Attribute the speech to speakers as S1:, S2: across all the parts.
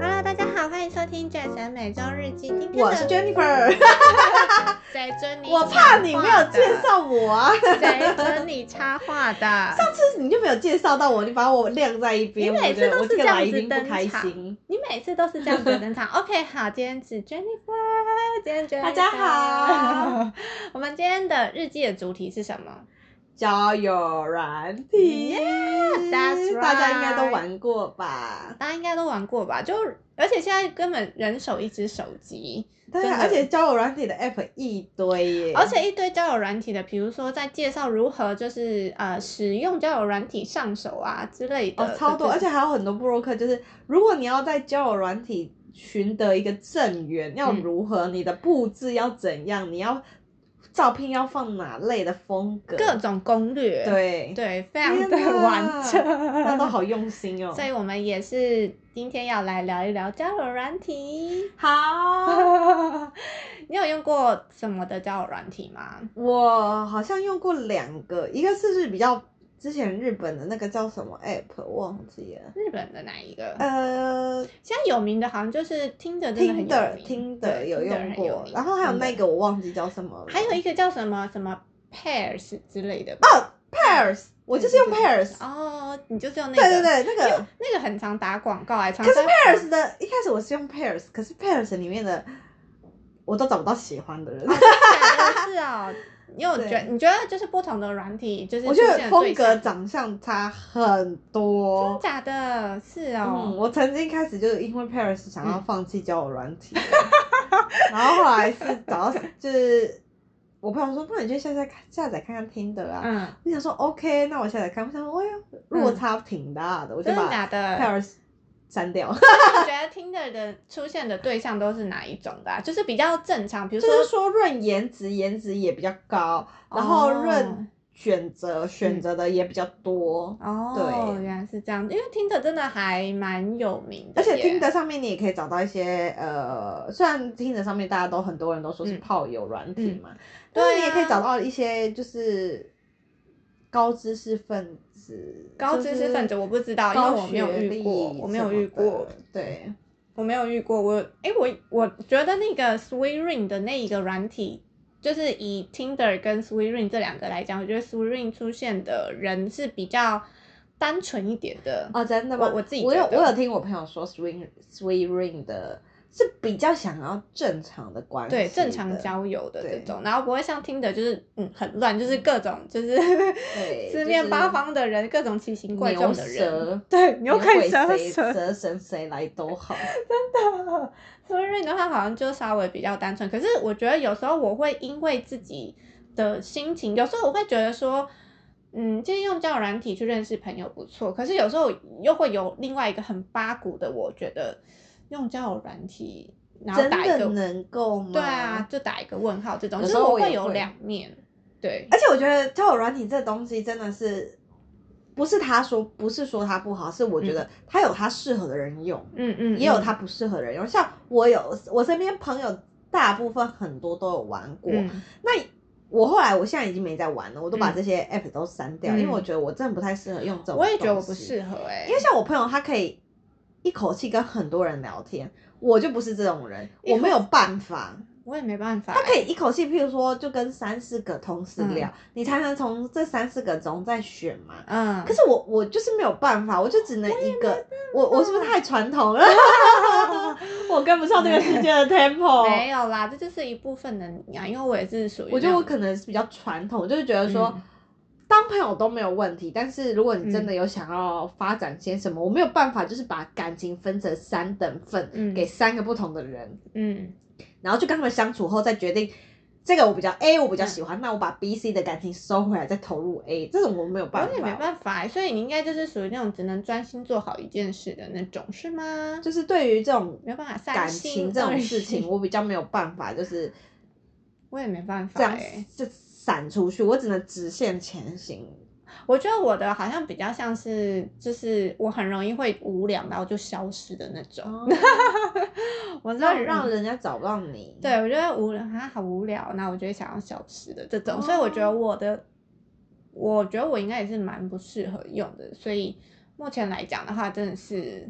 S1: Hello，大家好，欢迎收听《卷神每周日记》。今天
S2: 我是 Jennifer，
S1: 在这里，
S2: 我怕你没有介，绍我啊，
S1: 在这里插话 的。
S2: 上次你就没有介绍到我，你把我晾在一边，
S1: 你每
S2: 我
S1: 次
S2: 觉得
S1: 都
S2: 我
S1: 是
S2: 这个
S1: 这样
S2: 来
S1: 子
S2: 宾不
S1: 登
S2: 开
S1: 场
S2: 心。
S1: 你每次都是这样子登场。OK，好， 今天是 Jennifer，今天 Jennifer。
S2: 大家好，
S1: 我们今天的日记的主题是什么？
S2: 交友软体
S1: that's right
S2: 大家应该都玩过吧？
S1: 大家应该都玩过吧？就而且现在根本人手一只手机，
S2: 对
S1: 真
S2: 啊，
S1: 的
S2: 而且交友软体的 app 一堆耶，
S1: 而且一堆交友软体的，比如说在介绍如何就是呃使用交友软体上手啊之类的，
S2: 哦超多，
S1: 对
S2: 而且还有很多布洛克，就是如果你要在交友软体寻得一个正缘，要
S1: 嗯
S2: 如何，你的布置要怎样，你要照片要放哪类的风格，
S1: 各种攻略，
S2: 对。
S1: 对，非常的
S2: 天哪
S1: 完
S2: 大家
S1: 整。
S2: 都好用心哦。
S1: 所以我们也是今天要来聊一聊交友软 体。
S2: 好，
S1: 你有用过什么的交友软体吗？
S2: 我好像用过两个，一个是是比较之前日本的那个叫什么 app，我忘记了。
S1: 日本的哪一个？
S2: 呃
S1: 现在有名的好像就是听的真的很有
S2: ，Tinder
S1: 名
S2: Tinder
S1: 对
S2: 有
S1: Tinder
S2: 用
S1: 很
S2: 过，
S1: 名
S2: 然后还有那
S1: Tinder
S2: 个我忘记叫什么了，
S1: 还有一个叫什么什么 Pairs 之类的吧。
S2: 哦 Pairs，我就是用
S1: 对对
S2: Pairs，
S1: 哦，你就是用那个，
S2: 对对对，那
S1: 因为
S2: 个
S1: 那个很常打广告，还常
S2: 可是
S1: 在
S2: Pairs 的一开始我是用 Pairs，可是 Pairs 里面的我都找不到喜欢的人，
S1: 哦对是哦。你有觉
S2: 对
S1: 你觉得就是不同的软体，就是
S2: 我觉
S1: 出
S2: 得
S1: 现的
S2: 风
S1: 对
S2: 格、
S1: 象
S2: 长相差很多。
S1: 真假的，是
S2: 嗯，
S1: 哦，
S2: 我曾经开始就是因为 Paris
S1: 嗯
S2: 想要放弃交友软体， 然后后来是找到就是我朋友说，那你就下载下载看看听的啊。
S1: 嗯，
S2: 我想说 OK，那我下载看，我想说哎呀落差挺大的，我就
S1: 真的
S2: 把
S1: 假的？
S2: Paris 删 掉，
S1: 那你觉得 Tinder 的出现的对象都是哪一种的啊？就是比较正常，比如
S2: 就
S1: 说
S2: 是说论颜值颜值也比较高，然后
S1: 哦
S2: 论选择选择的也比较多。
S1: 哦，
S2: 对
S1: 原来是这样，因为 Tinder 真的还蛮有名的
S2: 而
S1: 耶，
S2: 且听的上面你也可以找到一些呃，虽然听的上面大家都很多人都说是
S1: 嗯
S2: 炮友软体嘛，
S1: 对啊
S2: 但是你也可以找到一些就是高知识分子，
S1: 高知识分子
S2: 就是
S1: 我不知道，因为
S2: 高
S1: 我没
S2: 学
S1: 有遇
S2: 历
S1: 过，我没有遇
S2: 什么
S1: 过嗯
S2: 的，，对，
S1: 我没有遇过，我哎、我我觉得那个 Sweet Ring 的那一个软体，就是以 Tinder 跟 Sweet Ring 这两个来讲，我觉得 Sweet Ring 出现的人是比较单纯一点的。
S2: 哦，真的吗？
S1: 我我自己
S2: 我
S1: 觉
S2: 有
S1: 得
S2: 我有听我朋友说，swing swing ring 的是比较想要正常的关系的，
S1: 对正常交友的这
S2: 对
S1: 种，然后不会像听的，就是嗯很乱，就是各种就是
S2: 对
S1: 四
S2: 就
S1: 面八
S2: 是
S1: 方的人，各种奇形怪
S2: 牛
S1: 状的人
S2: 舌，
S1: 对牛鬼蛇
S2: 谁
S1: 神，
S2: 蛇神谁来都好，
S1: 所以瑞的话好像就稍微比较单纯，可是我觉得有时候我会因为自己的心情，有时候我会觉得说，嗯，就是用交友软体去认识朋友不错，可是有时候又会有另外一个很八股的，我觉得用交友软体，然后
S2: 真
S1: 打一
S2: 的
S1: 个
S2: 能够吗？
S1: 对啊，就打一个问号这种，
S2: 有
S1: 就
S2: 时
S1: 是
S2: 候
S1: 我
S2: 我也
S1: 会有
S2: 会
S1: 两面，对，
S2: 而且我觉得交友软体这东西真的是，不是他说不是说它不好，是我觉得它有它适合的人用，
S1: 嗯嗯，
S2: 也有
S1: 嗯
S2: 它不适合的人用。像我有我身边朋友，大部分很多都有玩过。
S1: 嗯
S2: 那我后来我现在已经没在玩了，我都把这些 app 都删掉，
S1: 嗯
S2: 因为我觉得我真的不太适合用这种。
S1: 我也觉得我不，适合哎、
S2: 因为像我朋友他可以一口气跟很多人聊天，我就不是这种人，
S1: 一口
S2: 我没有办法。
S1: 我也没办法、哎
S2: 他可
S1: 以，
S2: 以一口气，譬如说，就跟三四个同时聊，你才能从这三四个中再选嘛。
S1: 嗯，
S2: 可是我我就是没有办法，我就只能一个，我我是不是太传统了？ 我跟不上这个世 界的 tempo。
S1: 没有啦，这就是一部分的你啊，因为我也是属于那种，
S2: 哦我觉得我可能是比较传统，就是觉得说。
S1: 嗯
S2: 当朋友都没有问题，但是如果你真的有想要发展些什么，我没有办法，就是把感情分成三等份，
S1: 嗯
S2: 给三个不同的人。
S1: 嗯。
S2: 然后就跟他们相处后再决定这个我比较 A 我比较喜欢，那我把 B、C 的感情收回来再投入 A，这种我没有办
S1: 我
S2: 法，
S1: 也没办法欸，所以你应该就是属于那种只能专心做好一件事的那种，是吗？
S2: 就是对于这种
S1: 没有办法散
S2: 感
S1: 心
S2: 情这
S1: 二
S2: 种
S1: 心
S2: 事情，我比较没有办法，就是
S1: 我也没办
S2: 这
S1: 法
S2: 样
S1: 哎，
S2: 就闪出去，我只能直线前行。
S1: 我觉得我的好像比较像 是，就是我很容易会无聊，然后就消失的那种。
S2: 哦
S1: 哦我知道
S2: 让让人家找不到你。
S1: 对，我觉得无聊，啊，好无聊，那我就会想要小吃的这种，所以我觉得
S2: 哦
S1: 我的，我觉得我应该也是蛮不适合用的，所以目前来讲的话，真的是，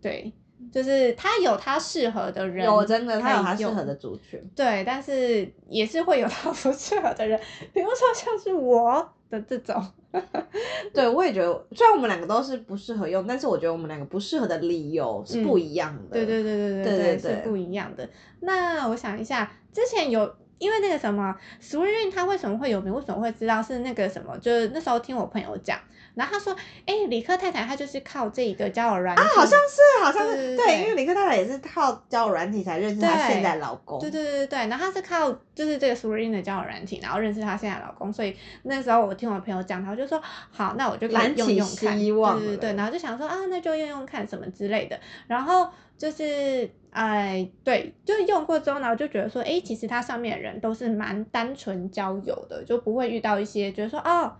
S1: 对，就是他有他适合的人，
S2: 有真的，他有他
S1: 可以
S2: 适
S1: 用
S2: 合的族群。
S1: 对，但是也是会有他 不适合的人，比如说像是我的这种，
S2: 对，我也觉得，虽然我们两个都是不适合用，但是我觉得我们两个不适合的理由是不一样的。
S1: 嗯对对对对
S2: 对
S1: 对
S2: 对对
S1: 是不一样的。那我想一下，之前有因为那个什么俗日运，他为什么会有名？为什么会知道是那个什么？就是那时候听我朋友讲，然后他说，哎、理科太太她就是靠这一个交友软件，
S2: 啊，好像是，好像
S1: 对对
S2: 是，
S1: 对
S2: 因为李克太太也是靠交友软体才认识她
S1: 对
S2: 现在老公。
S1: 对对对对对，然后她是靠就是这个苏瑞英的交友软体，然后认识她现在的老公，所以那时候我听我朋友讲，他就说好，那我就可以
S2: 燃
S1: 用
S2: 起
S1: 用看，
S2: 希望
S1: 对对对，
S2: 了
S1: 然后就想说啊，那就用用看什么之类的，然后就是哎、对，就用过之后，呢，我就觉得说，哎，其实它上面的人都是蛮单纯交友的，就不会遇到一些觉得说哦。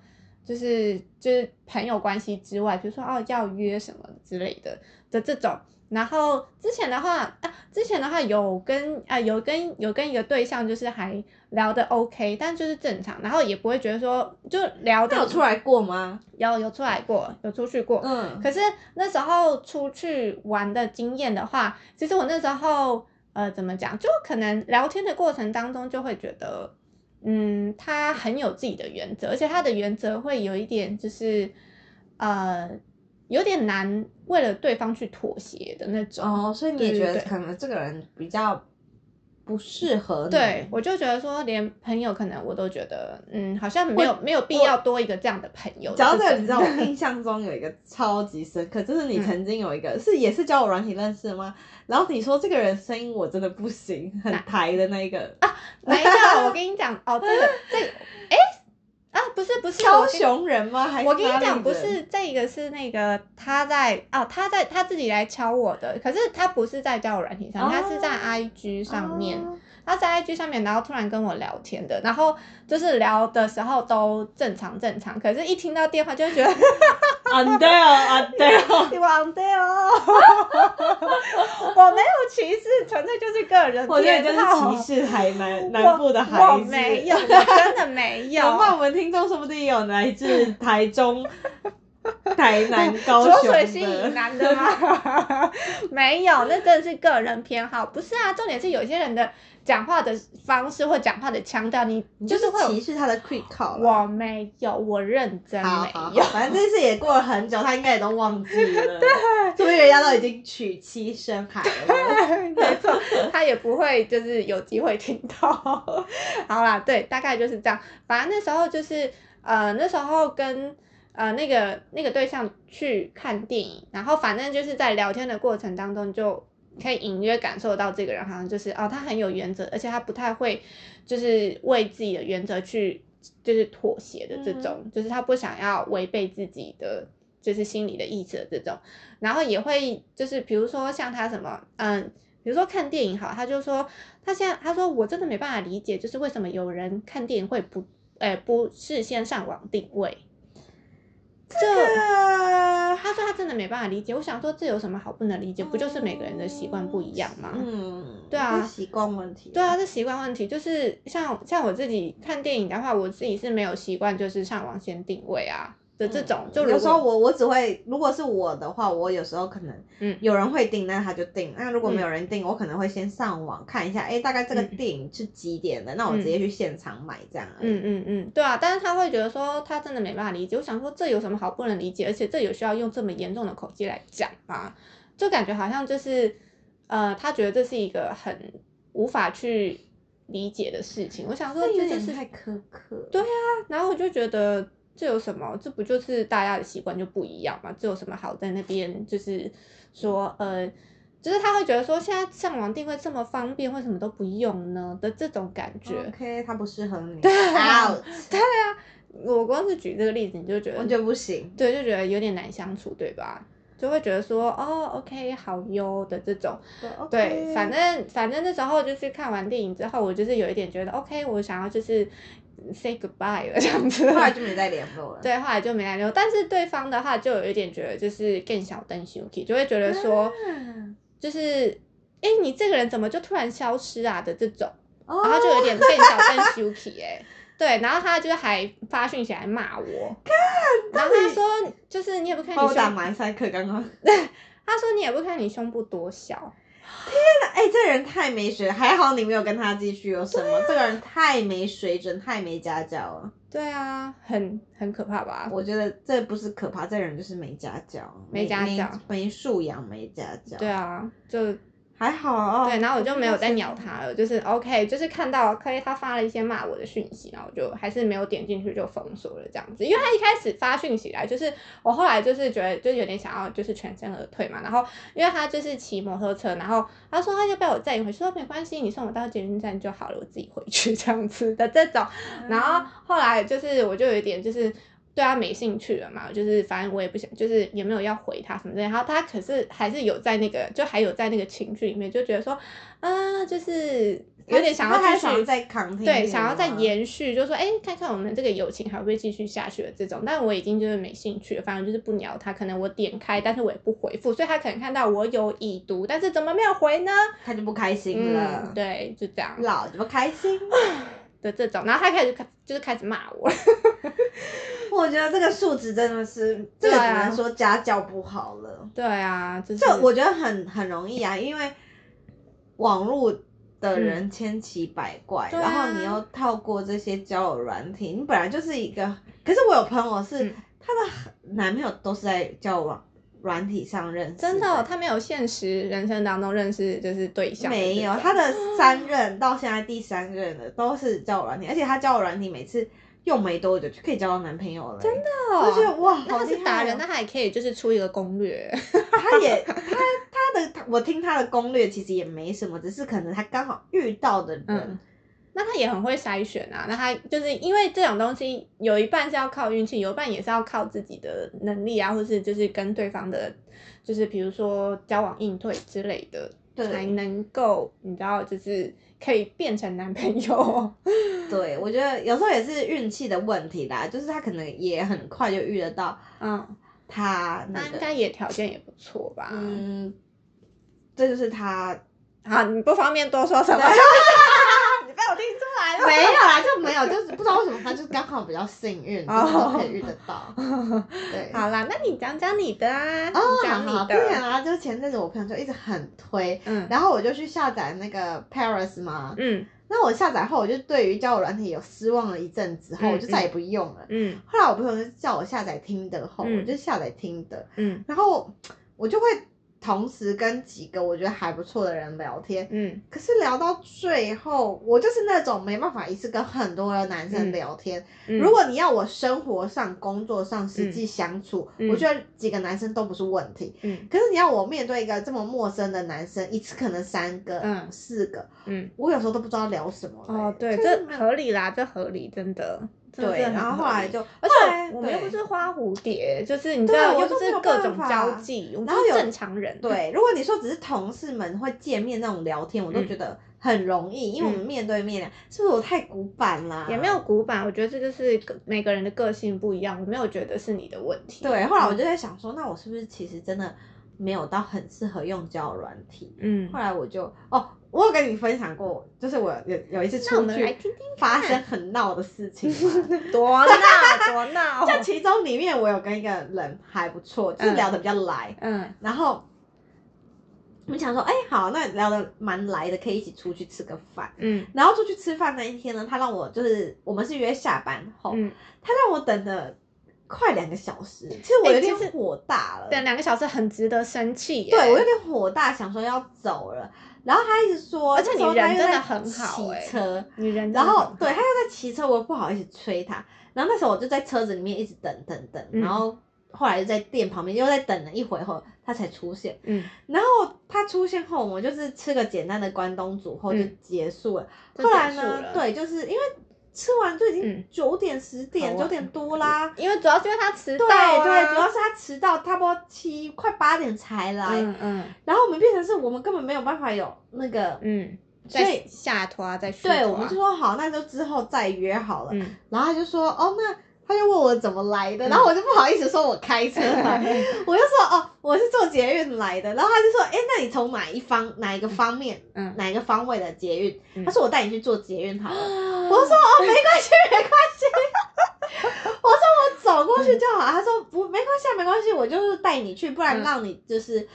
S1: 就是就是朋友关系之外，比如说哦要约什么之类的的这种，然后之前的话啊，之前的话有跟啊、有跟有跟一个对象，就是还聊得 OK，但就是正常，然后也不会觉得说就聊的
S2: 那有出来过吗？
S1: 有有出来过，有出去过。
S2: 嗯，
S1: 可是那时候出去玩的经验的话，其实我那时候呃怎么讲，就可能聊天的过程当中就会觉得，嗯，他很有自己的原则，而且他的原则会有一点就是呃有点难为了对方去妥协的那种。
S2: 哦，所以你也
S1: 对
S2: 觉得
S1: 对
S2: 可能这个人比较不适合你。
S1: 对，我就觉得说，连朋友可能我都觉得，嗯，好像没有没有必
S2: 我
S1: 要多一个这样的朋友。
S2: 讲到
S1: 这
S2: 这个，
S1: 种
S2: 你知道我印象中有一个超级深刻，就是你
S1: 嗯
S2: 曾经有一个是也是交友软体认识的吗？然后你说这个人声音我真的不行，很
S1: 哪
S2: 台的那一个，
S1: 啊 没有，我跟你讲哦，这个这个，哎、啊，不是不是，
S2: 高
S1: 我跟
S2: 雄人吗？还是
S1: 我跟
S2: 哪
S1: 你
S2: 里
S1: 讲，不
S2: 人
S1: 是这个是那个他在哦，他在他自己来敲我的，可是他不是在交友软体上，他是在
S2: 哦
S1: IG 上面，
S2: 哦
S1: 他在 IG 上面，然后突然跟我聊天的，然后就是聊的时候都正常正常，可是一听到电话就会觉得
S2: 安对哦，安对哦。
S1: 你忘掉哦， 我没有歧视，纯粹就是个人偏好，
S2: 我觉得你就是歧视台南南部的孩
S1: 我，我
S2: 子。
S1: 没有，我真的没 有，
S2: 恐怕我们听众说不定也有来自台 中、台 南、高
S1: 浊
S2: 雄
S1: 水溪以
S2: 的。
S1: 南的吗？ 没有，那真的是个人偏好。不是啊，重点是有些人的讲话的方式或讲话的腔调，你
S2: 你
S1: 就是
S2: 是
S1: 会有。
S2: 歧视他的 quick call
S1: 我
S2: 了。
S1: 没有，我认真
S2: 好
S1: 没
S2: 好
S1: 有
S2: 好，。反正这次也过了很久，他应该也都忘记了。 对，说不定人家都已经娶妻生孩了。
S1: 没错，他也不会就是有机会听到。 好啦，对，大概就是这样。反正那时候就是呃，那时候跟呃那个那个对象去看电影，然后反正就是在聊天的过程当中就。可以隐约感受到这个人好像就是哦，他很有原则，而且他不太会就是为自己的原则去就是妥协的这种，就是他不想要违背自己的就是心理的意志的这种。然后也会就是比如说像他什么，嗯，比如说看电影好，他就说他现在他说我真的没办法理解，就是为什么有人看电影会不，呃，不事先上网定位。这
S2: 啊
S1: 他说他真的没办法理解，我想说这有什么好不能理解？不就是每个人的习惯不一样吗？
S2: 嗯，
S1: 对啊
S2: 这习惯问题。
S1: 对啊，，这习惯问题就是像像我自己看电影的话，我自己是没有习惯就是上网先定位啊的这种，就如
S2: 嗯有时候
S1: 果
S2: 我我只会，如果是我的话，我有时候可能，
S1: 嗯
S2: 有人会订，那他就订；那如果没有人订，我可能会先上网看一下，哎，大概这个
S1: 嗯
S2: 电影是几点的，那我直接去现场买这样而已。
S1: 嗯嗯嗯，对啊，但是他会觉得说他真的没办法理解。我想说这有什么好不能理解？而且这有需要用这么严重的口气来讲吗？就感觉好像就是，呃，他觉得这是一个很无法去理解的事情。我想说
S2: 这有
S1: 这就
S2: 点
S1: 是，
S2: 太苛刻。
S1: 对然后我就觉得这有什么？这不就是大家的习惯就不一样嘛？这有什么好在那边就是说呃。就是他会觉得说，现在上网定位这么方便，为什么都不用呢的这种感觉。
S2: OK，他不适合你。
S1: 啊对啊
S2: Out，
S1: 我光是举这个例子，你就觉得
S2: 我觉得不行。
S1: 对，就觉得有点难相处，对吧？就会觉得说，哦，OK，好哟的这种，对反
S2: 哦
S1: 正反正那时候就是看完电影之后，我就是有一点觉得，OK，我想要就是 say goodbye 了这样子。
S2: 后来就没再联络了。，
S1: 对，后来就没来留，但是对方的
S2: 啊
S1: 话就有一点觉得就是更小灯 s h 就会觉得说，就是哎、你这个人怎么就突然消失啊的这种，
S2: 哦
S1: 然后就有点变小变 Suki 哎、对，然后他就是还发讯息来骂我，然后他说就是你也不看
S2: 帮
S1: 你
S2: 我打
S1: 胸，
S2: 马赛克刚 刚。
S1: 他说你也不看你胸部多小，
S2: 哎、这人太没水，还好你没有跟他继续有什么。
S1: 啊
S2: 这个人太没水准，太没家教了。
S1: 对啊，很很可怕吧？
S2: 我觉得这不是可怕，这人就是没家教，
S1: 啊没家教
S2: 没没素养，没家教。
S1: 对，啊，就
S2: 还好哦。
S1: 对，然后我就没有再鸟他了，就是 OK，就是看到 K 他发了一些骂我的讯息，然后我就还是没有点进去就封锁了这样子，因为他一开始发讯息来，就是我后来就是觉得就有点想要就是全身而退嘛，然后因为他就是骑摩托车，然后他说他要不要我载你回去，说没关系，你送我到捷运站就好了，我自己回去这样子的这种，然
S2: 嗯
S1: 后后来就是我就有一点就是。对他没兴趣了嘛，就是反正我也不想，就是也没有要回他什么的。然后他可是还是有在那个，就还有在那个情绪里面，就觉得说，啊，就是有点想要
S2: 他
S1: 继
S2: 想要
S1: 续
S2: 再扛听
S1: 对，
S2: 你
S1: 想要再
S2: 吗
S1: 延续，就说哎，看看我们这个友情还会不会继续下去的这种。但我已经就是没兴趣了，反正就是不鸟他。可能我点开，但是我也不回复，所以他可能看到我有已读，但是怎么没有回呢？
S2: 他就不开心了。
S1: 嗯，对，就这样
S2: 老就不开 心。
S1: 的这种。然后他开始开就是开始骂我，
S2: 我觉得这个素质真的是，
S1: 对
S2: 这个
S1: 啊
S2: 只能说家教不好了。
S1: 对啊，就是
S2: 这我觉得很很容易啊，因为网络的人千奇百怪，
S1: 对啊
S2: 然后你又透过这些交友软体，你本来就是一个。可是我有朋友是、
S1: 嗯
S2: 她的男朋友都是在交友软软体上认识，
S1: 真的哦、他没有现实人生当中认识就是对象的这种，
S2: 没有，他的三任到现在第三任的都是交友软体，而且他交友软体每次用没多久就可以交到男朋友了、真的、
S1: 哦
S2: 我就觉得哇，
S1: 那
S2: 好
S1: 他
S2: 厉
S1: 是
S2: 害
S1: 达
S2: 哦
S1: 人，那啊他也可以就是出一个攻略，
S2: 他也他他的他我听他的攻略其实也没什么，只是可能他刚好遇到的人，
S1: 嗯那他也很会筛选啊。那他就是因为这种东西有一半是要靠运气，有一半也是要靠自己的能力啊，或是就是跟对方的，就是比如说交往应对之类的，才
S2: 对
S1: 能够你知道就是可以变成男朋友。
S2: 对，我觉得有时候也是运气的问题啦，就是他可能也很快就遇得到
S1: 嗯，
S2: 他那
S1: 那应
S2: 个，
S1: 该也条件也不错吧？
S2: 嗯，这就是他，
S1: 好，你不方便多说什么。
S2: 你被我听出来了，没有啦，就没有，就是不知道为什么他就是刚好比较幸运，
S1: 哦
S2: 就是都可以遇得到，对。
S1: 好啦，那你讲讲你的啊，
S2: 哦，
S1: 你
S2: 好
S1: 讲
S2: 好，
S1: 你
S2: 不
S1: 的，
S2: 然啊，就是前阵子我朋友就一直很推，
S1: 嗯
S2: 然后我就去下载那个 Paris 嘛，
S1: 嗯
S2: 那我下载后，我就对于交友软体有失望了一阵子后，
S1: 嗯
S2: 我就再也不用了。
S1: 嗯
S2: 后来我朋友就叫我下载听的后，
S1: 嗯
S2: 我就下载听的，
S1: 嗯
S2: 然后我就会同时跟几个我觉得还不错的人聊天。
S1: 嗯
S2: 可是聊到最后，我就是那种没办法一次跟很多的男生
S1: 嗯
S2: 聊天。
S1: 嗯，
S2: 如果你要我生活上、工作上实际相处，
S1: 嗯
S2: 我觉得几个男生都不是问题。
S1: 嗯
S2: 可是你要我面对一个这么陌生的男生，一次可能三个、
S1: 嗯
S2: 四个，
S1: 嗯，
S2: 我有时候都不知道聊什么嘞。
S1: 哦，对，
S2: 就
S1: 这合理啦，这合理，真的。真的
S2: 对，
S1: 真的很
S2: 然后后
S1: 合
S2: 来
S1: 理
S2: 就，哦
S1: 而
S2: 后来
S1: 且我们又不
S2: 对
S1: 是花蝴蝶，就是你知
S2: 对
S1: 道，
S2: 我
S1: 又
S2: 就
S1: 不
S2: 没
S1: 是
S2: 有
S1: 各
S2: 办
S1: 种
S2: 法
S1: 交际，我们
S2: 然后
S1: 就是
S2: 有
S1: 正常人。，
S2: 对。如果你说只是同事们会见面那种聊天，我都
S1: 嗯
S2: 觉得很容易，因为我们面对面聊，是不是我太古板啦？
S1: 也没有。古板，我觉得这就是个每个人的个性不一样，我没有觉得是你的问题。
S2: 对，后来我就在想说，那我是不是其实真的没有到很适合用交友软体？
S1: 嗯，
S2: 后来我就哦。我有跟你分享过，就是我有有一次
S1: 那我
S2: 出
S1: 们来
S2: 去
S1: 听听
S2: 发
S1: 看
S2: 生很闹的事情嘛，
S1: 多闹多闹，
S2: 就其中里面我有跟一个人还不错，就是
S1: 嗯
S2: 聊得比较 来，
S1: 嗯
S2: 然后我们想说，哎、好，那聊得蛮来的，可以一起出去吃个饭。
S1: 嗯
S2: 然后出去吃饭那一天呢，他让我就是我们是约下班后，
S1: 嗯，
S2: 他让我等了快两个小时，其实我
S1: 哎
S2: 有
S1: 其实
S2: 点火大了，
S1: 等两个小时很值得生气耶。
S2: 对我有点火大，想说要走了。然后他一直说，
S1: 而且你
S2: 那时候他
S1: 人
S2: 又
S1: 真的
S2: 在
S1: 很好哎
S2: 骑车，
S1: 你人真的
S2: 然
S1: 很好，
S2: 后对他又在骑车，我又不好意思催他。然后那时候我就在车子里面一直等等等，
S1: 嗯
S2: 然后后来就在店旁边又在等了一会后，他才出现。
S1: 嗯，
S2: 然后他出现后，我们就是吃个简单的关东煮后就
S1: 嗯
S2: 结束了。
S1: 就
S2: 后来
S1: 结束
S2: 呢
S1: 了，
S2: 对，就是因为吃完就已
S1: 嗯
S2: 经九点十点
S1: 好晚
S2: 九点多啦。
S1: 因为主要是因为他迟到
S2: 对
S1: 啊，
S2: 对，主要是他迟到，差不多七快八点才来，
S1: 嗯嗯
S2: 然后我们变成是我们根本没有办法有那个，
S1: 嗯，
S2: 所
S1: 再
S2: 以
S1: 下拖啊再续
S2: 对，
S1: 拖
S2: 我们
S1: 啊
S2: 就说好，那就之后再约好了。
S1: 嗯
S2: 然后他就说，哦，那他他就问我怎么来的，然后我就不好意思说我开
S1: 嗯
S2: 车来， 我就说哦，我是坐捷运来的，然后他就说，哎，那你从哪一方哪一个方面，
S1: 嗯
S2: 哪一个方位的捷运？
S1: 嗯
S2: 他说我带你去坐捷运好了，我
S1: 我
S2: 就说哦，没关系， 没关系。我说我走过去就好，他说不，没关系啊，没关系，我就是带你去，不然
S1: 嗯
S2: 让你就是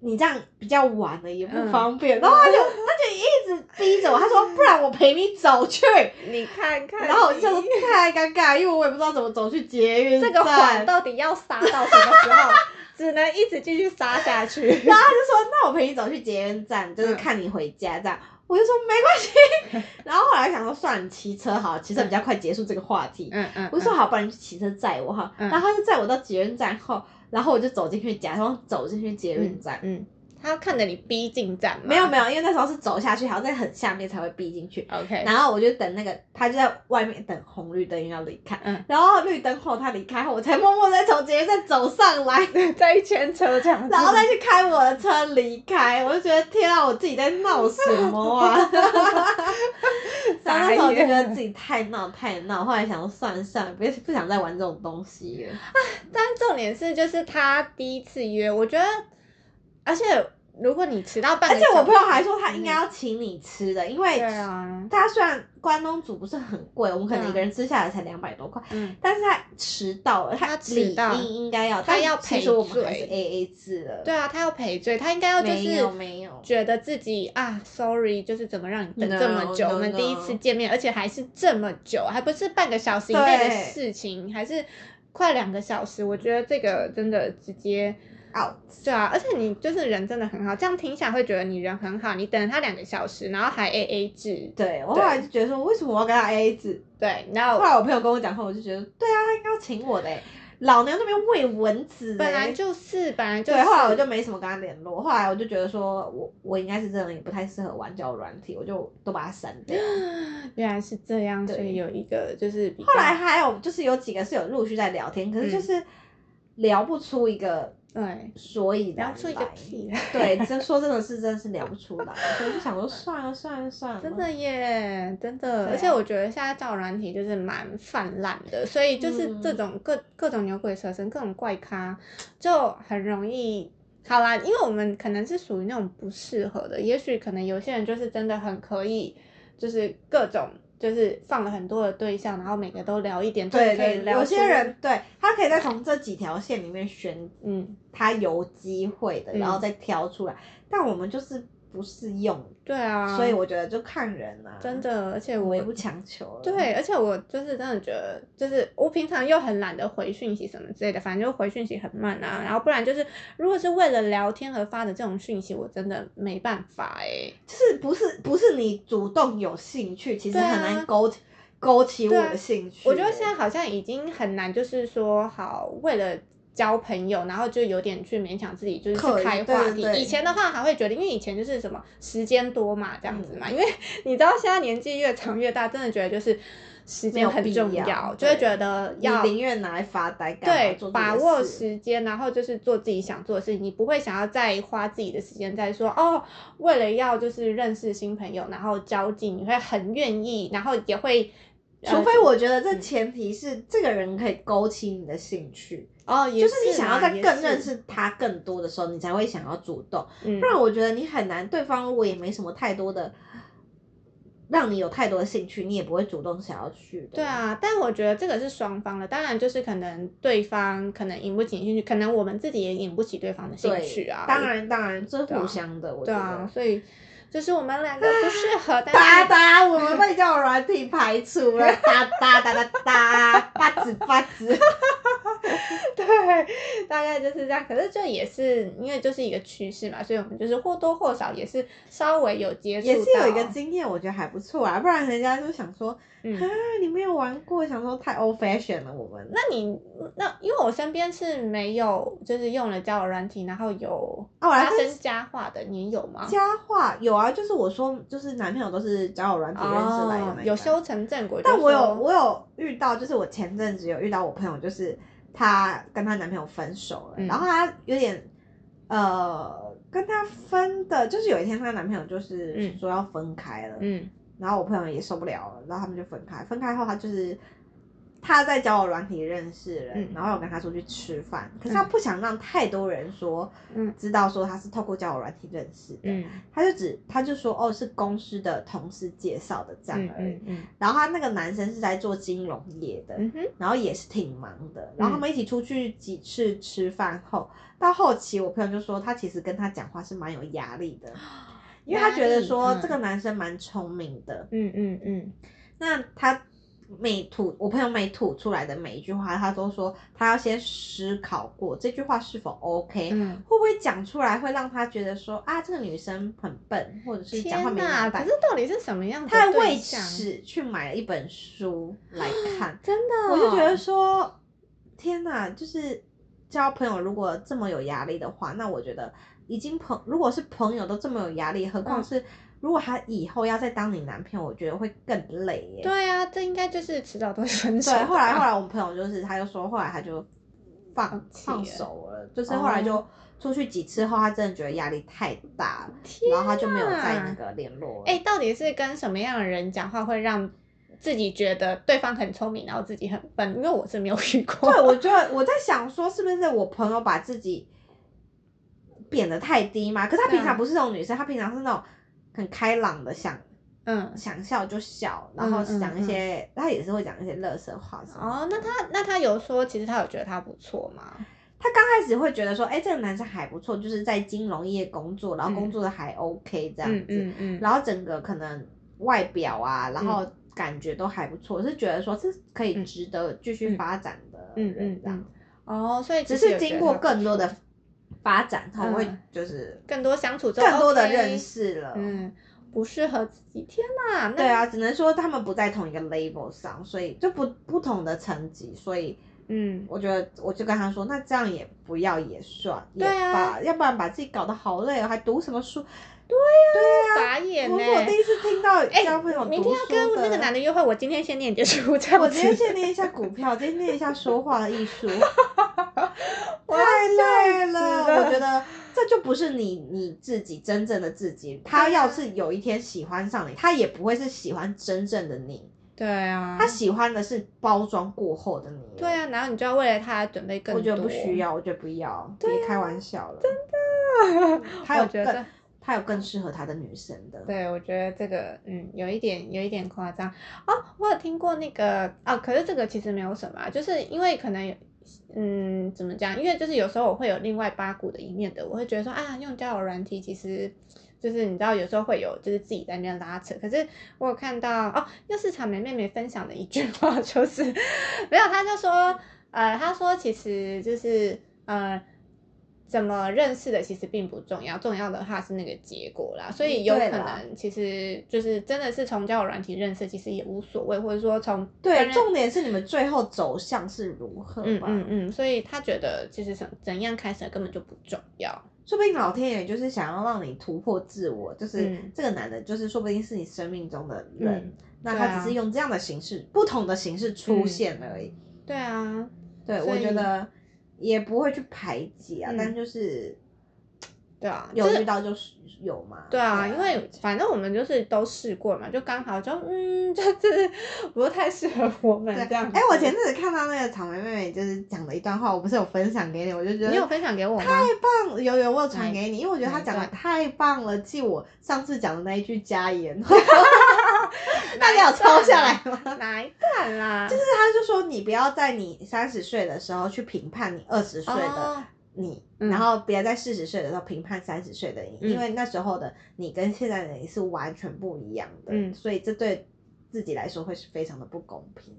S2: 你这样比较晚了也不
S1: 嗯
S2: 方便。然后他就他就一直逼着我，他说不然我陪你走去。
S1: 你看看你，
S2: 然后我 就想说太尴尬，因为我也不知道怎么走去捷运
S1: 哎这个谎
S2: 站
S1: 到底要撒到什么时候？ 只能一直继续撒下 去。
S2: 然后他就说：“那我陪你走去捷运站，就是
S1: 嗯
S2: 看你回家这样。我就说：“没关系。” 然后后来想说：“算了，你骑车好了，骑车比较快结束这个话题。
S1: 嗯嗯
S2: 我就说：“好，不然你去骑车载我哈。
S1: 嗯
S2: 然后他就载我到捷运站后，然后我就走进去，假装走进去捷运站。嗯
S1: 嗯，他要看着你逼进站吗？
S2: 没有没有，因为那时候是走下去，好像在很下面才会逼进去。
S1: ，OK，
S2: 然后我就等那个，他就在外面等红绿灯，因为要离开。
S1: 嗯
S2: 然后绿灯后他离开后，我才默默在从捷运站走上 来。
S1: 在一圈车这样子
S2: 然后再去开我的车离开，我就觉得天啊，我自己在闹什么 啊！然后那时候我就觉得自己太闹太闹，后来想说算了算了，别不想再玩这种东西了。
S1: 但重点是，就是他第一次约，我觉得，而且如果你迟到半
S2: 而
S1: 个
S2: 且
S1: 小时，
S2: 我朋友还说他应该要请你吃的，因
S1: 嗯
S2: 为
S1: 对啊，
S2: 他虽然关东煮不是很贵，我们可能
S1: 嗯
S2: 一个人吃下来才两百多块，
S1: 嗯，
S2: 但是他迟到了，
S1: 他迟
S2: 理
S1: 到
S2: 应应该要，
S1: 他
S2: 但
S1: 要
S2: 其
S1: 赔
S2: 实我们还是
S1: 罪
S2: A A 制的，
S1: 对啊，他要赔罪，他应该要就
S2: 没有
S1: 是
S2: 没有，
S1: 觉得自己啊，sorry，就是怎么让你等
S2: No，
S1: 这么久
S2: no，
S1: 我们第一次
S2: no
S1: 见面，而且还是这么久，还不是半个小时以内的
S2: 对
S1: 事情，还是快两个小时，我觉得这个真的直接。
S2: out
S1: 对啊，而且你就是人真的很好，这样听起来会觉得你人很好，你等了他两个小时，然后还 A A 制，
S2: 对我后来就觉得说，为什么我要跟他 A A 制？
S1: 对，然后
S2: 后来我朋友跟我讲后，我就觉得，对啊，他应该要请我的欸、老娘那边喂蚊子欸、
S1: 本来就是，本来就是。
S2: 对，后来我就没什么跟他联络。后来我就觉得说我我应该是真的也不太适合玩交友软体，我就都把它删掉。
S1: 原来是这样，
S2: 对
S1: 所以有一个就是比较
S2: 后来还有就是有几个是有陆续在聊天，可是就是聊不出一个
S1: 对
S2: 所以然
S1: 聊出一个
S2: 来
S1: 屁来，
S2: 对，真 说真的是真的是聊不出来，所以就想说算了算了算了，
S1: 真的耶，真的。
S2: 对啊
S1: 而且我觉得现在造软体就是蛮泛滥的，所以就是
S2: 嗯
S1: 这种各、各种牛鬼蛇神、各种怪咖，就很容易。好啦，因为我们可能是属于那种不适合的，也许可能有些人就是真的很可以，就是各种就是放了很多的对象，然后每个都聊一点，
S2: 对
S1: 就可以
S2: 对，
S1: 聊
S2: 有些
S1: 出
S2: 人对他可以再从这几条线里面选
S1: 嗯，
S2: 他有机会的，
S1: 嗯
S2: 然后再挑出来。但我们就是不适用，
S1: 对啊，
S2: 所以我觉得就看人啊，
S1: 真，的，而且
S2: 我
S1: 我
S2: 也不强求了。
S1: 对，，而且我就是真的觉得，就是我平常又很懒得回讯息什么之类的，反正就回讯息很慢啊。然后不然就是，如果是为了聊天而发的这种讯息，我真的没办法哎、
S2: 就是不是不是你主动有兴趣，其实
S1: 对啊
S2: 很难勾起、勾起我
S1: 对啊
S2: 的兴趣。
S1: 我觉得现在好像已经很难，就是说好为了。交朋友，然后就有点去勉强自己，就是
S2: 刻
S1: 去
S2: 意
S1: 开
S2: 对
S1: 话
S2: 对
S1: 题。
S2: 对
S1: 以前的话还会觉得，因为以前就是什么时间多嘛，这样子
S2: 嗯
S1: 嘛。因为你知道现在年纪越长越大，真的觉得就是时
S2: 没有
S1: 间很
S2: 必
S1: 重
S2: 要
S1: 就会
S2: 对
S1: 觉得
S2: 你
S1: 要
S2: 宁愿拿来发呆干嘛，做
S1: 对，
S2: 自己的
S1: 把握
S2: 事
S1: 时间，然后就是做自己想做的事情，你不会想要再花自己的时间在说哦，为了要就是认识新朋友，然后交际，你会很愿意，然后也会，呃
S2: 除非我觉得这前提是、这个人可以勾起你的兴趣，
S1: 哦，也
S2: 就是你想要
S1: 啦
S2: 在
S1: 也
S2: 更认
S1: 是
S2: 识他更多的时候，你才会想要主动。
S1: 嗯
S2: 不然我觉得你很难，对方如果也没什么太多的，让你有太多的兴趣，你也不会主动想要去的。
S1: 对，啊，但我觉得这个是双方的，当然就是可能对方可能引不起你兴趣，可能我们自己也引不起对方的兴
S2: 对，
S1: 趣啊。
S2: 当，然当然，这是
S1: 对啊
S2: 互相的，我觉
S1: 对啊
S2: 得，。
S1: 所以就是我们两个不适 合，但
S2: 哒
S1: 是
S2: 哒，我们被叫软体排除了，哒哒哒哒哒，八子八子。
S1: 对，大概就是这样。可是这也是因为就是一个趋势嘛，所以我们就是或多或少也是稍微有接触到，
S2: 也是有一个经验，我觉得还不错啊，不然人家就想说，啊
S1: 嗯。，
S2: 你没有玩过，想说太 old fashion 了，我们。
S1: 那你那因为我身边是没有就是用了交友软体，然后有
S2: 啊我还
S1: 发
S2: 真
S1: 生佳话的，你有吗？
S2: 佳话有啊，就是我说，就是男朋友都是交友软体认识来的那
S1: 哦，
S2: 一
S1: 有
S2: 种
S1: 修成正果就说，
S2: 但我有我有遇到，就是我前阵子有遇到我朋友，就是她跟她男朋友分手了，
S1: 嗯
S2: 然后她有点呃跟她分的，就是有一天她男朋友就是
S1: 嗯
S2: 说要分开了，
S1: 嗯
S2: 然后我朋友也受不了了，然后他们就分开。分开后，她就是他在交友软体认识人，
S1: 嗯
S2: 然后有跟他出去吃饭，可是他不想让太多人说，
S1: 嗯
S2: 知道说他是透过交友软体认识的，
S1: 嗯
S2: 他就只他就说哦是公司的同事介绍的这样
S1: 嗯
S2: 而已。
S1: 嗯嗯
S2: 然后他那个男生是在做金融业的，
S1: 嗯哼，
S2: 然后也是挺忙的。然后他们一起出去几次吃饭后，到后期我朋友就说他其实跟他讲话是蛮有压力的，因为他觉
S1: 哦压
S2: 得
S1: 力
S2: 说
S1: 嗯
S2: 这个男生蛮聪明的，
S1: 嗯嗯嗯
S2: 那他每吐我朋友每吐出来的每一句话，他都说他要先思考过这句话是否 OK，、
S1: 嗯。
S2: 会不会讲出来会让他觉得说啊这个女生很笨，或者是讲话
S1: 天
S2: 没
S1: 哪！
S2: 脑
S1: 可
S2: 袋
S1: 是。到底是什么样的
S2: 他还
S1: 对
S2: 为
S1: 象？
S2: 此去买了一本书来 看，
S1: 真的哦、
S2: 我就觉得说，天哪，就是交朋友如果这么有压力的话，那我觉得已经朋如果是朋友都这么有压力，何况
S1: 嗯
S2: 是、如果他以后要再当你男朋友，我觉得会更累耶。
S1: 对啊，这应该就是迟早都会分手的 吧。
S2: 对，后来后来我们朋友就是，他就说后来他就放
S1: 放弃
S2: 放
S1: 了
S2: 手了，就是后来就
S1: 哦
S2: 出去几次后，他真的觉得压力太大了，
S1: 天
S2: 然后他就没有再
S1: 哪
S2: 那个联络了。
S1: 哎、到底是跟什么样的人讲话会让自己觉得对方很聪明，然后自己很笨？因为我是没有遇过。
S2: 对，我觉得我在想说，是不是我朋友把自己贬得太低嘛？可是她平常
S1: 嗯
S2: 不是这种女生，她平常是那种很开朗的，想
S1: 嗯，
S2: 想笑就笑，然后
S1: 嗯嗯
S2: 讲一些，她也是会讲一些乐色话什么。
S1: 哦，那他那他有说，其实他有觉得他不错吗？
S2: 她刚开始会觉得说，哎、这个男生还不错，就是在金融业工作，然后
S1: 嗯
S2: 工作的还 OK 这样
S1: 嗯
S2: 子，
S1: 嗯嗯，
S2: 然后整个可能外表啊，然后感觉都还不错，是觉得说这是可以
S1: 嗯
S2: 值得继续
S1: 嗯
S2: 发展的
S1: 嗯
S2: 人
S1: 嗯
S2: 这样
S1: 嗯哦，所以
S2: 只
S1: 其实
S2: 是
S1: 有觉
S2: 经
S1: 得
S2: 过
S1: 他
S2: 更多的发展后，
S1: 嗯
S2: 会就是
S1: 更多相处之后
S2: 更多的
S1: OK，
S2: 认识了。
S1: 嗯，不适合自己。天哪，那
S2: 对啊，只能说他们不在同一个 level 上，所以就不不同的层级，所以
S1: 嗯，
S2: 我觉得我就跟他说，那这样也不要也算，
S1: 对啊
S2: 也罢，要不然把自己搞得好累哦，还读什么书？
S1: 傻眼
S2: 啊我
S1: 呢、
S2: 我第一次听到
S1: 哎、
S2: 交朋友
S1: 明
S2: 读
S1: 天要
S2: 书
S1: 跟那个
S2: 的。
S1: 男的约会，我今天先念结束这样子。
S2: 我今天先练一下股票，今天练一下说话的艺 术，
S1: 我
S2: 太累
S1: 了
S2: 了。我觉得这就不是你你自己真正的自己。他要是有一天喜欢上你，他也不会是喜欢真正的你，
S1: 对啊，
S2: 他喜欢的是包装过后的你。
S1: 对，啊，然后你就要为了他而准备更多。啊
S2: 我觉得不需要，我觉得不要，别开玩笑了。真的，他
S1: 我
S2: 有
S1: 觉得
S2: 更，他有更适合他的女生的。
S1: 对，我觉得这个，嗯，有一点，有一点夸张哦。我有听过那个，哦，可是这个其实没有什么啊，就是因为可能有，嗯，怎么讲？因为就是有时候我会有另外八股的一面的，我会觉得说啊，用交友软体其实。就是你知道，有时候会有就是自己在那边拉扯，可是我有看到哦，又是草莓妹妹分享的一句话， 就是没有，她就说，呃，她说其实就是呃，怎么认识的其实并不重要，重要的话是那个结果啦，所以有可
S2: 对啦
S1: 能其实就是真的是从交友软体认识，其实也无所谓，或者说从担
S2: 对，
S1: 任
S2: 重点是你们最后走向是如何
S1: 嗯
S2: 吧。
S1: 嗯嗯，所以她觉得其实怎怎样开始根本就不重要，
S2: 说不定老天爷就是想要让你突破自我，就是
S1: 嗯
S2: 这个男的，就是说不定是你生命中的人，
S1: 嗯，
S2: 那
S1: 对
S2: 他
S1: 啊
S2: 只是用这样的形式、不同的形式出现而已。
S1: 对啊，
S2: 对，
S1: 所以
S2: 我觉得也不会去排挤啊，
S1: 嗯
S2: 但就是
S1: 对啊，
S2: 有
S1: 就是
S2: 遇到就是有嘛。
S1: 对啊，因为反正我们就是都试过嘛，就刚好就嗯， 就是不太适合我们
S2: 对
S1: 这样子。
S2: 哎、我前阵子看到那个草莓妹妹就是讲的一段话，我不是有分享给你，我就觉得
S1: 你有分享给我吗？哎
S2: 棒，有有我有传
S1: 哪一
S2: 给你，因为我觉得
S1: 哪
S2: 他
S1: 一
S2: 讲的
S1: 段
S2: 太棒了，记我上次讲的那一句加言，
S1: 哪
S2: 大
S1: 一
S2: 家
S1: 段
S2: 有抄下
S1: 啊
S2: 来吗？
S1: 哪一段啦？
S2: 就是他就说你不要在你三十岁的时候去评判你二十岁的
S1: 哦
S2: 你，
S1: 嗯
S2: 然后别在四十岁的时候评判三十岁的你，
S1: 嗯
S2: 因为那时候的你跟现在的你是完全不一样的，
S1: 嗯
S2: 所以这对自己来说会是非常的不公平。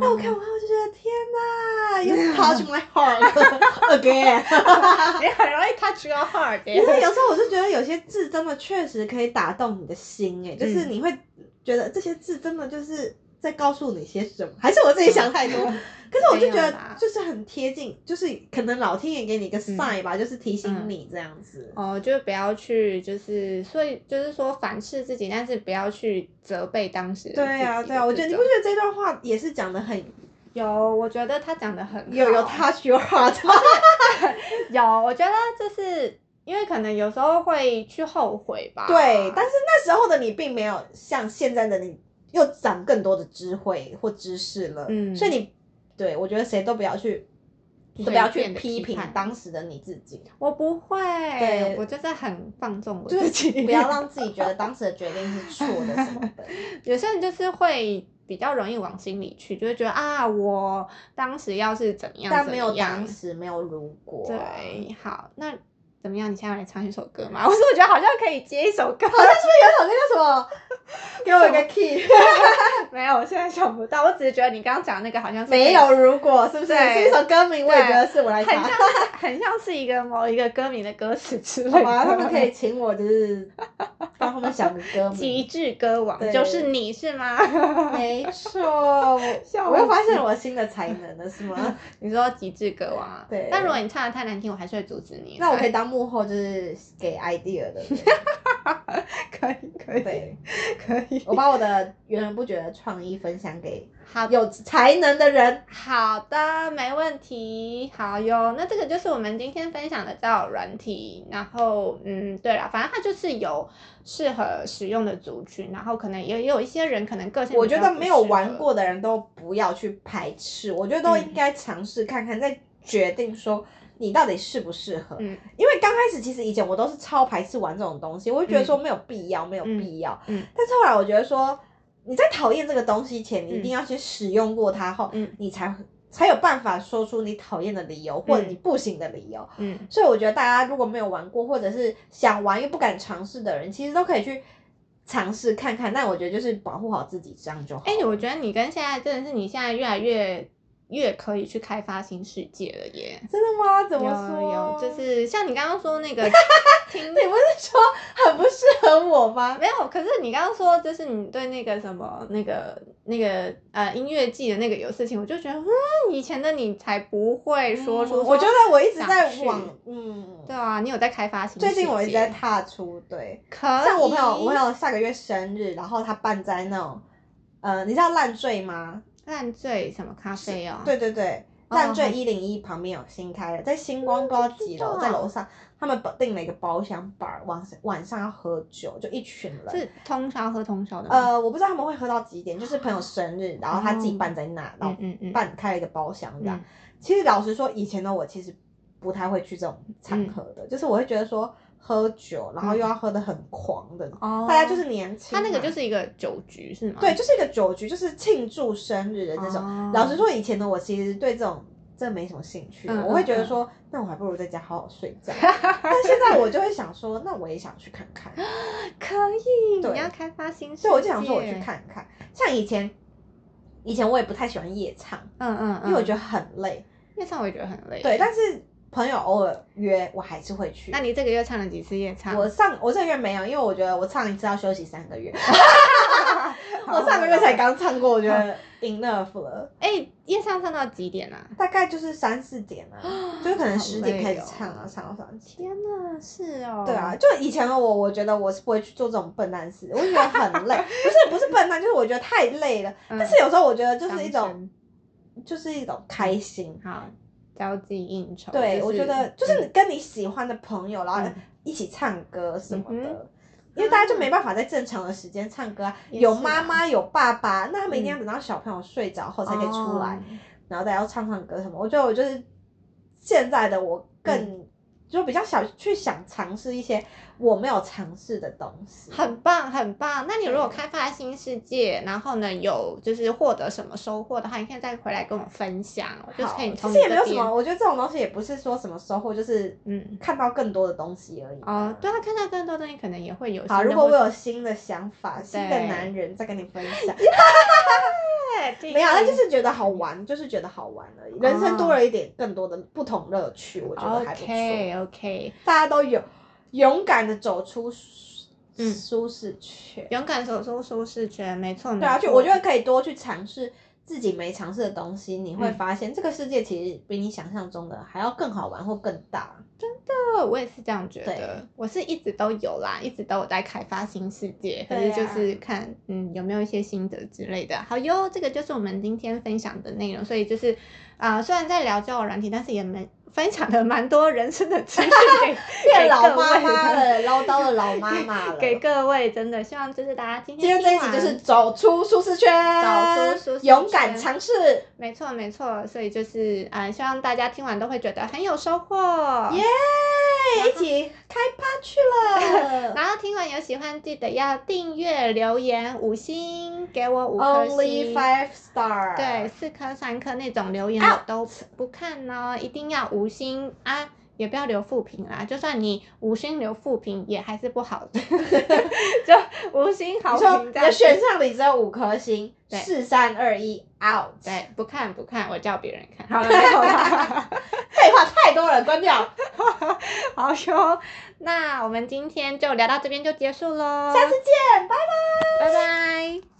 S2: 那我看
S1: 哦
S2: 完后就觉得天哪，又 touch my heart again。
S1: 你很容易 touch your heart 耶
S2: 因为有时候我就觉得有些字真的确实可以打动你的心，
S1: 嗯
S2: 哎，就是你会觉得这些字真的就是在告诉你些什么，还是我自己想太多？ 可是我就
S1: 嗯没
S2: 觉
S1: 有
S2: 得
S1: 啦
S2: 就是很贴近，就是可能老天爷给你一个 sign 吧，就是提醒你这样子。
S1: 嗯哦，就不要去，就是所以就是说反噬自己，但是不要去责备当时的
S2: 对啊，
S1: 自己的
S2: 对啊，我觉得你
S1: 这
S2: 不
S1: 种
S2: 觉得这段话也是讲的很
S1: 有，我觉得他讲的很
S2: 有有
S1: 好
S2: touch your heart？
S1: 有，我觉得就是因为可能有时候会去后悔吧。
S2: 对，但是那时候的你并没有像现在的你又长更多的智慧或知识了。
S1: 嗯
S2: 所以你对我觉得谁都不要去，都不
S1: 随
S2: 要去
S1: 便地批
S2: 批评
S1: 判
S2: 当时的你自 己，
S1: 我不会，
S2: 对
S1: 我就是很放纵我
S2: 就是
S1: 自己。
S2: 不要让自己觉得当时的决定是错的什么的。
S1: 有些人就是会比较容易往心里去，就会觉得啊，我当时 要是怎么样，
S2: 但
S1: 怎
S2: 没
S1: 么
S2: 有
S1: 样
S2: 当。时，没有如果、啊。
S1: 对，好，那怎么样？你现在来唱一首歌吗？ 我说我觉得好像可以接一首歌，
S2: 有那个什么，给我一个 key。
S1: 没有，我现在想不到，我只是觉得你刚刚讲那个好像是
S2: 没有如果，是不是？
S1: 对
S2: 是一首歌名，我也觉得是我来
S1: 很
S2: 查
S1: 像。很像是一个某一个歌名的歌词之类
S2: 好
S1: 的。
S2: 吧，他们可以请我，就是帮他们想个歌
S1: 极
S2: 名。
S1: 致歌王
S2: 对
S1: 就是你是吗？
S2: 没错，我
S1: 笑
S2: 我又
S1: 死
S2: 发现我新的才能了，是吗？
S1: 你说极致歌王啊？
S2: 对
S1: 但如果你唱的太难听，我还是会阻止你。
S2: 那我可以当幕后，就是给 idea 的人。
S1: 可以可以
S2: 对，
S1: 可以。
S2: 我把我的源源不绝的创意分享给
S1: 好
S2: 有才能的 人。
S1: 好的，没问题。好哟，那这个就是我们今天分享的交友软体。然后，嗯，对了，反正它就是有适合使用的族群，然后可能也也有一些人可能个性
S2: 我
S1: 比较
S2: 觉得
S1: 不
S2: 没有
S1: 适
S2: 玩
S1: 合，
S2: 过的人都不要去排斥，我觉得都应该尝试看看，再决定说你到底适不适合。
S1: 嗯
S2: 因为刚开始其实以前我都是超排斥玩这种东西，我就觉得说没有必要，没有必要。
S1: 嗯
S2: 但是后来我觉得说，你在讨厌这个东西前，你
S1: 嗯
S2: 一定要去使用过它后，
S1: 嗯
S2: 你才才有办法说出你讨厌的理由或者你不行的理由。
S1: 嗯
S2: 所以我觉得大家如果没有玩过，或者是想玩又不敢尝试的人，其实都可以去尝试看看。但我觉得就是保护好自己，这样就好。
S1: 哎、我觉得你跟现在真的是你现在越来越越可以去开发新世界了耶。
S2: 真的吗？怎么
S1: 有有，
S2: 说？
S1: 就是像你刚刚说那个听
S2: 你不是说很不适合我吗？
S1: 啊没有，可是你刚刚说，就是你对那个什么那个那个呃音乐季的那个有事情，我就觉得，嗯，以前的你才不会说出、
S2: 嗯我觉得我一直在
S1: 想去
S2: 往，嗯，
S1: 对啊，你有在开发新世
S2: 最
S1: 界。
S2: 近我一直在踏出，对，
S1: 可以
S2: 像我朋友，我朋友下个月生日，然后他办在那种，呃，你知道烂醉吗？
S1: 烂醉什么咖啡哦，，
S2: 对对对，
S1: 哦
S2: 烂醉
S1: 好
S2: 一零一旁边有新开的，在星光不知道几
S1: 我
S2: 楼，
S1: 知道
S2: 在楼上，他们订了一个包厢 bar，晚上晚上要喝酒，就一群人。
S1: 是通宵喝通宵的吗？
S2: 呃，我不知道他们会喝到几点，就是朋友生日，然后他自己办在那，然
S1: 嗯
S2: 后
S1: 嗯嗯，
S2: 办开了一个包厢这样。
S1: 嗯
S2: 其实老实说，以前的我其实不太会去这种
S1: 嗯
S2: 场合的，就是我会觉得说喝酒，然后又要喝的很狂的，
S1: 哦，
S2: 大家就是年轻
S1: 他
S2: 嘛，
S1: 那个就是一个酒局是吗？
S2: 对，就是一个酒局，就是庆祝生日的那种。
S1: 哦
S2: 老实说，以前的我其实对这种真的没什么兴趣，
S1: 嗯
S2: 我会觉
S1: 嗯
S2: 得
S1: 嗯
S2: 说，那我还不如在家好好 睡觉。但现在我就会想说，那我也想去看看，
S1: 可以，
S2: 对
S1: 你要开发新世界，
S2: 所以我就想说我去，看看。像以前，以前我也不太喜欢夜唱，
S1: 嗯嗯嗯，
S2: 因为我觉
S1: 得
S2: 得很累。
S1: 夜唱我也觉得很累，
S2: 对，但是朋友偶尔约，我还是会去。
S1: 那你这个月唱了几次夜唱？
S2: 我上我这个月没有，因为我觉得我唱一次要休息三 个月。
S1: 好
S2: 我上个月才。
S1: 好
S2: 刚唱过，我觉
S1: 哦
S2: 得 enough 了。
S1: 哎、夜唱唱到几点啊？
S2: 大概就是三四点啊，就是可能十点开始唱
S1: 好哦
S2: 啊，唱到三点。
S1: 天哪，是哦。
S2: 对啊，，就以前的我，我觉得我是不会去做这种笨蛋事，我就觉得很累。不是不是笨蛋，就是我觉得太累了。
S1: 嗯
S2: 但是有时候我觉得就是一
S1: 当
S2: 种，
S1: 真
S2: 就是一种开心。
S1: 好交际应酬。嗯就
S2: 对，
S1: 是
S2: 我觉得就是你跟你喜欢的朋友，然后
S1: 嗯
S2: 一起唱歌什么
S1: 嗯啊
S2: 的。因为大家就没办法在正常的时间唱歌啊，
S1: 也
S2: 有
S1: 是啊
S2: 妈妈有爸爸，那他们一定要
S1: 嗯
S2: 等到小朋友睡着后才可以出来。
S1: 哦
S2: 然后大家要唱唱歌什么。我觉得我就是现在的
S1: 嗯
S2: 我更、就比较想去想尝试一些我没有尝试的东西。
S1: 很棒，很棒。那你如果开发新世界，然后呢有就是获得什么收获的话，你可以再回来跟我分享，我就是
S2: 好
S1: 可以
S2: 其
S1: 从
S2: 实
S1: 你
S2: 也没
S1: 这
S2: 有什
S1: 边
S2: 么，。我觉得这种东西也不是说什么收获，就是
S1: 嗯
S2: 看到更多的东西而已。
S1: 哦，对。啊，看到更多东西可能也会有新的获。
S2: 好，如果我有新的想法、新的
S1: 对
S2: 男人，再跟你分 享。
S1: 对
S2: 没有，那就是觉得
S1: 嗯
S2: 好玩，就是觉得好玩而已。人
S1: 哦
S2: 生多了一点更多的不同乐趣，我觉得还不错。
S1: OK OK，
S2: 大家都有勇敢的走出舒
S1: 嗯
S2: 舒适圈。
S1: 勇敢走出舒适圈，没错。
S2: 对啊，
S1: 没
S2: 就
S1: 错
S2: 我觉得可以多去尝试自己没尝试的东西，你会
S1: 嗯
S2: 发现这个世界其实比你想象中的还要更好玩或更大。
S1: 对，我也是这样觉得
S2: 对。
S1: 我是一直都有啦，一直都有在开发新世界，可
S2: 对
S1: 是
S2: 啊
S1: 就是看、嗯有没有一些心得之类的。好哟，这个就是我们今天分享的内容。所以就是啊、呃虽然在聊交友软体，但是也没分享了蛮多人生的知识给
S2: 变
S1: 给
S2: 老
S1: 各
S2: 妈
S1: 位
S2: 妈
S1: 的
S2: 了， 唠叨的老妈妈 了。
S1: 给各位真的希望就是大家今
S2: 今
S1: 天
S2: 天这一
S1: 听
S2: 集
S1: 完
S2: 就是走出舒适圈，
S1: 走出舒适圈
S2: 勇敢尝试，
S1: 没错没错，所以就是嗯、呃希望大家听完都会觉得很有收获。
S2: 耶！一起开趴去 了。
S1: 然后听完有喜欢，记得要订阅、留言、五星给我五颗
S2: Only
S1: 星。
S2: five star。
S1: 对，，四颗、三颗那种留言我都不看哦，一定要五星啊，也不要留负评啦。就算你五星留负评，也还是不好的，就五星好
S2: 你说
S1: 评
S2: 你
S1: 这样子。
S2: 的选项里只有五颗星，
S1: 对
S2: 四三二一 out。
S1: 对，不看不看，我叫别人看。
S2: 好了，没 有了。 废话太多了，关掉。
S1: 好哟，那我们今天就聊到这边就结束喽，
S2: 下次见，拜拜。
S1: 拜拜。